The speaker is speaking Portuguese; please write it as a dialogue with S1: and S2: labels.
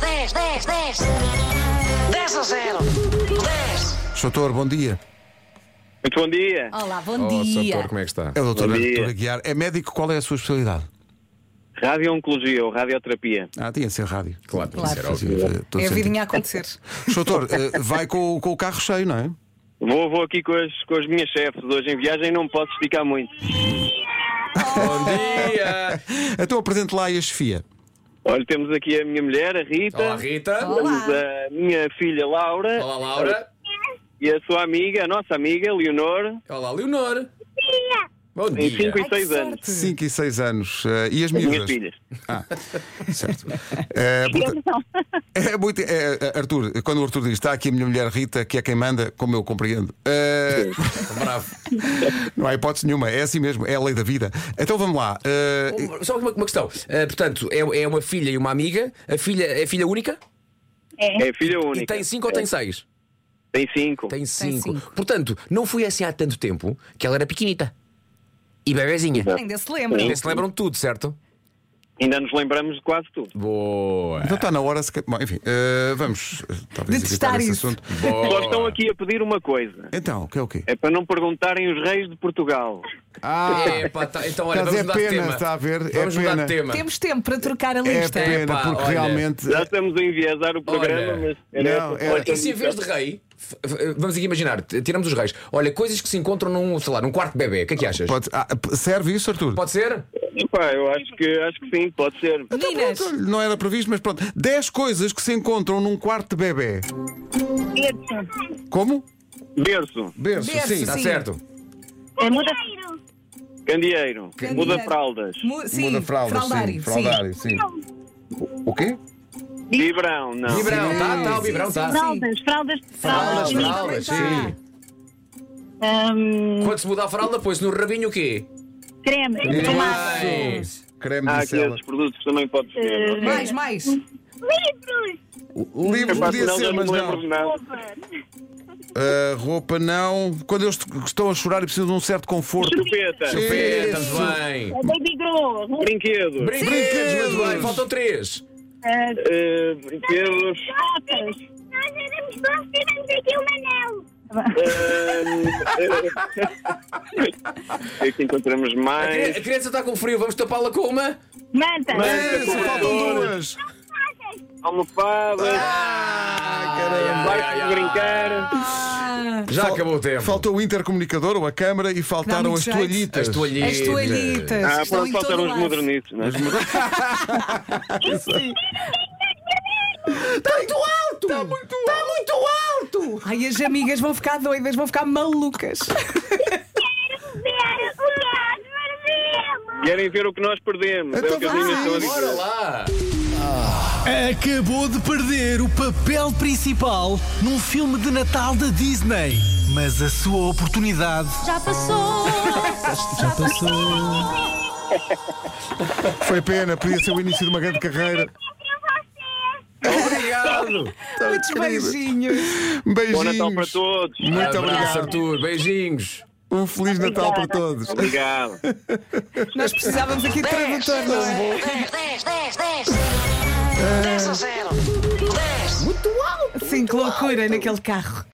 S1: 10, 10, 10. 10 a 0. 10.
S2: Doutor, bom dia.
S3: Muito bom dia.
S4: Olá, bom
S5: Ó,
S4: dia.
S5: Sator, como é que está?
S2: É o doutor
S3: Bom dia.
S2: Artur Aguiar. É médico, qual é a sua especialidade?
S3: Radioncologia ou radioterapia.
S2: Ah, tinha de ser rádio.
S5: Claro,
S4: Claro.
S5: isso era óbvio.
S2: Fazia- eh, todo
S4: É a
S2: sentido.
S4: vidinha a acontecer.
S2: Doutor, eh, vai com, o- com o carro cheio, não é?
S3: Vou, vou aqui com as, com as minhas chefes hoje em viagem, não me posso esticar muito.
S5: Bom dia!
S2: Então apresente lá e a chefia.
S3: Olha, temos aqui a minha mulher, a Rita.
S5: Olá, Rita.
S4: Olá.
S3: Temos a minha filha Laura
S5: Olá, Laura.
S3: e a sua amiga, a nossa amiga Leonor,
S5: Olá, Leonor. Bom
S3: em
S5: dia.
S3: 5
S4: Ai,
S3: e
S4: que
S3: 6 anos.
S4: sorte.
S2: 5 e 6 anos. eh, e as
S3: Minhas
S2: miúdas?
S3: filhas.
S2: Certo. Eh, porta- é muito. é, é, Artur, quando o Artur diz está aqui a minha mulher Rita, que é quem manda, como eu compreendo. Eh,
S5: Bravo.
S2: não há hipótese nenhuma, é assim mesmo, é a lei da vida. Então vamos lá. eh,
S5: Só uma, uma questão. Ah, portanto, é, é uma filha e uma amiga. A filha é filha única?
S3: É filha única.
S5: E tem cinco ou tem seis?
S3: Tem 5.
S5: Tem cinco.
S4: cinco.
S5: Portanto, não foi assim há tanto tempo que ela era pequenita. E bebezinha.
S4: Ainda se lembra.
S5: Ainda se lembram de tudo, certo?
S3: Ainda nos lembramos de quase tudo.
S5: Boa.
S2: Então está na hora. Se... ca- Bom, enfim, eh, vamos eh, talvez
S4: Detestar
S2: evitar esse
S4: isso.
S2: assunto.
S3: Só estão aqui a pedir uma coisa.
S2: Então, o que é o quê?
S3: É para não perguntarem os reis de Portugal.
S6: Ah,
S5: Epá, tá- então olha,
S6: Mas
S5: vamos
S6: é
S5: mudar
S6: pena,
S5: de tema.
S6: está a ver? É
S5: Vamos mudar
S6: pena.
S5: de tema.
S4: Temos tempo para trocar a
S6: é
S4: lista.
S6: pena,
S5: Epá,
S6: porque
S5: olha.
S6: realmente.
S3: Já estamos a enviesar o programa,
S5: Olha.
S3: mas era
S6: Não,
S3: essa
S6: era-
S3: proposta
S5: E se em vez de rei, f- f- vamos aqui imaginar, t- tiramos os reis. Olha, coisas que se encontram num, sei lá, num quarto de bebê, o que é que achas? Pode,
S2: Pode... ah, p- serve isso, Artur?
S5: ser?
S3: Pá, eu acho que, acho que sim, pode ser.
S4: Meninas,
S2: Olha, Então, Não era previsto, mas pronto. 10 coisas que se encontram num quarto de bebê. Como?
S3: Berço,
S2: Berço,
S4: Berço,
S2: sim.
S4: sim.
S5: Está certo.
S7: É, muda
S3: candeeiro, muda fraldas,
S4: mu- sim,
S2: Muda fraldas,
S4: fraldário,
S2: sim. Fraldário, sim. O quê?
S3: vibrão, não.
S5: Vibrão, está, está, o
S4: sim,
S5: Vibrão
S4: sim,
S5: está.
S4: sim.
S7: fraldas, fraldas,
S5: Fraldas, fraldas,
S7: fraldas.
S5: sim.
S7: Ahm,
S5: Quando se muda a fralda, põe-se no rabinho o quê?
S7: Hum, creme, tomate.
S5: Mais.
S2: Creme
S3: Há
S2: de cela.
S3: aqueles produtos Ah, que é também pode ser. ok?
S4: Mais, mais.
S7: Livros.
S2: Livro
S3: Pá,
S2: podia
S3: senão
S2: ser,
S3: eu
S2: mas
S3: não me lembro
S2: não.
S3: de nada.
S2: Ah, roupa não. Quando eles t- estão a chorar e precisam de um certo conforto.
S3: Chupeta,
S2: Sim.
S5: Pé, estamos
S2: Isso.
S5: bem.
S7: Baby Grow.
S3: brinquedos,
S5: Brinquedos, muito bem. Faltam três.
S3: eh, brinquedos,
S7: Notas. Nós éramos só tiramos aqui o Manel.
S3: ehm, eh, o que é que encontramos
S5: A cri-
S3: mais?
S5: a criança está com frio, vamos tapá-la com uma.
S7: Mantas.
S3: é
S2: Isso, É, faltam duas.
S3: Almofadas,
S5: Ai, ai,
S3: vai
S5: ai.
S3: brincar,
S5: Já acabou o tempo.
S2: Faltou o intercomunicador ou a câmara e faltaram
S4: muito
S2: as
S4: jeito.
S2: toalhitas.
S5: as toalhitas.
S4: As toalhitas.
S3: ah,
S4: estão
S3: pronto,
S4: em todo
S3: faltaram os
S4: lado.
S3: modernitos, não é?
S4: Está muito alto! Está muito, alto! Ai, as amigas vão ficar doidas, vão ficar malucas.
S7: Ver o gás vermelho.
S3: Querem ver o que nós perdemos? É o que as minhas estão a dizer.
S5: Bora lá.
S8: Acabou de perder o papel principal num filme de Natal da Disney. Mas a sua oportunidade
S9: Já passou,
S8: já passou.
S2: Foi pena, podia ser o início de uma grande carreira.
S5: Obrigado.
S4: Muitos beijinhos.
S2: Tá Beijinhos.
S3: Bom Natal para todos.
S2: Muito
S5: Abraço,
S2: obrigado.
S5: Arthur. Beijinhos.
S2: Um Feliz Natal para todos.
S3: Obrigado.
S4: Nós precisávamos aqui de tradutor, não é?
S1: 10, 10, 10, 10. 10 a 0. 10.
S4: Sim, que loucura naquele carro.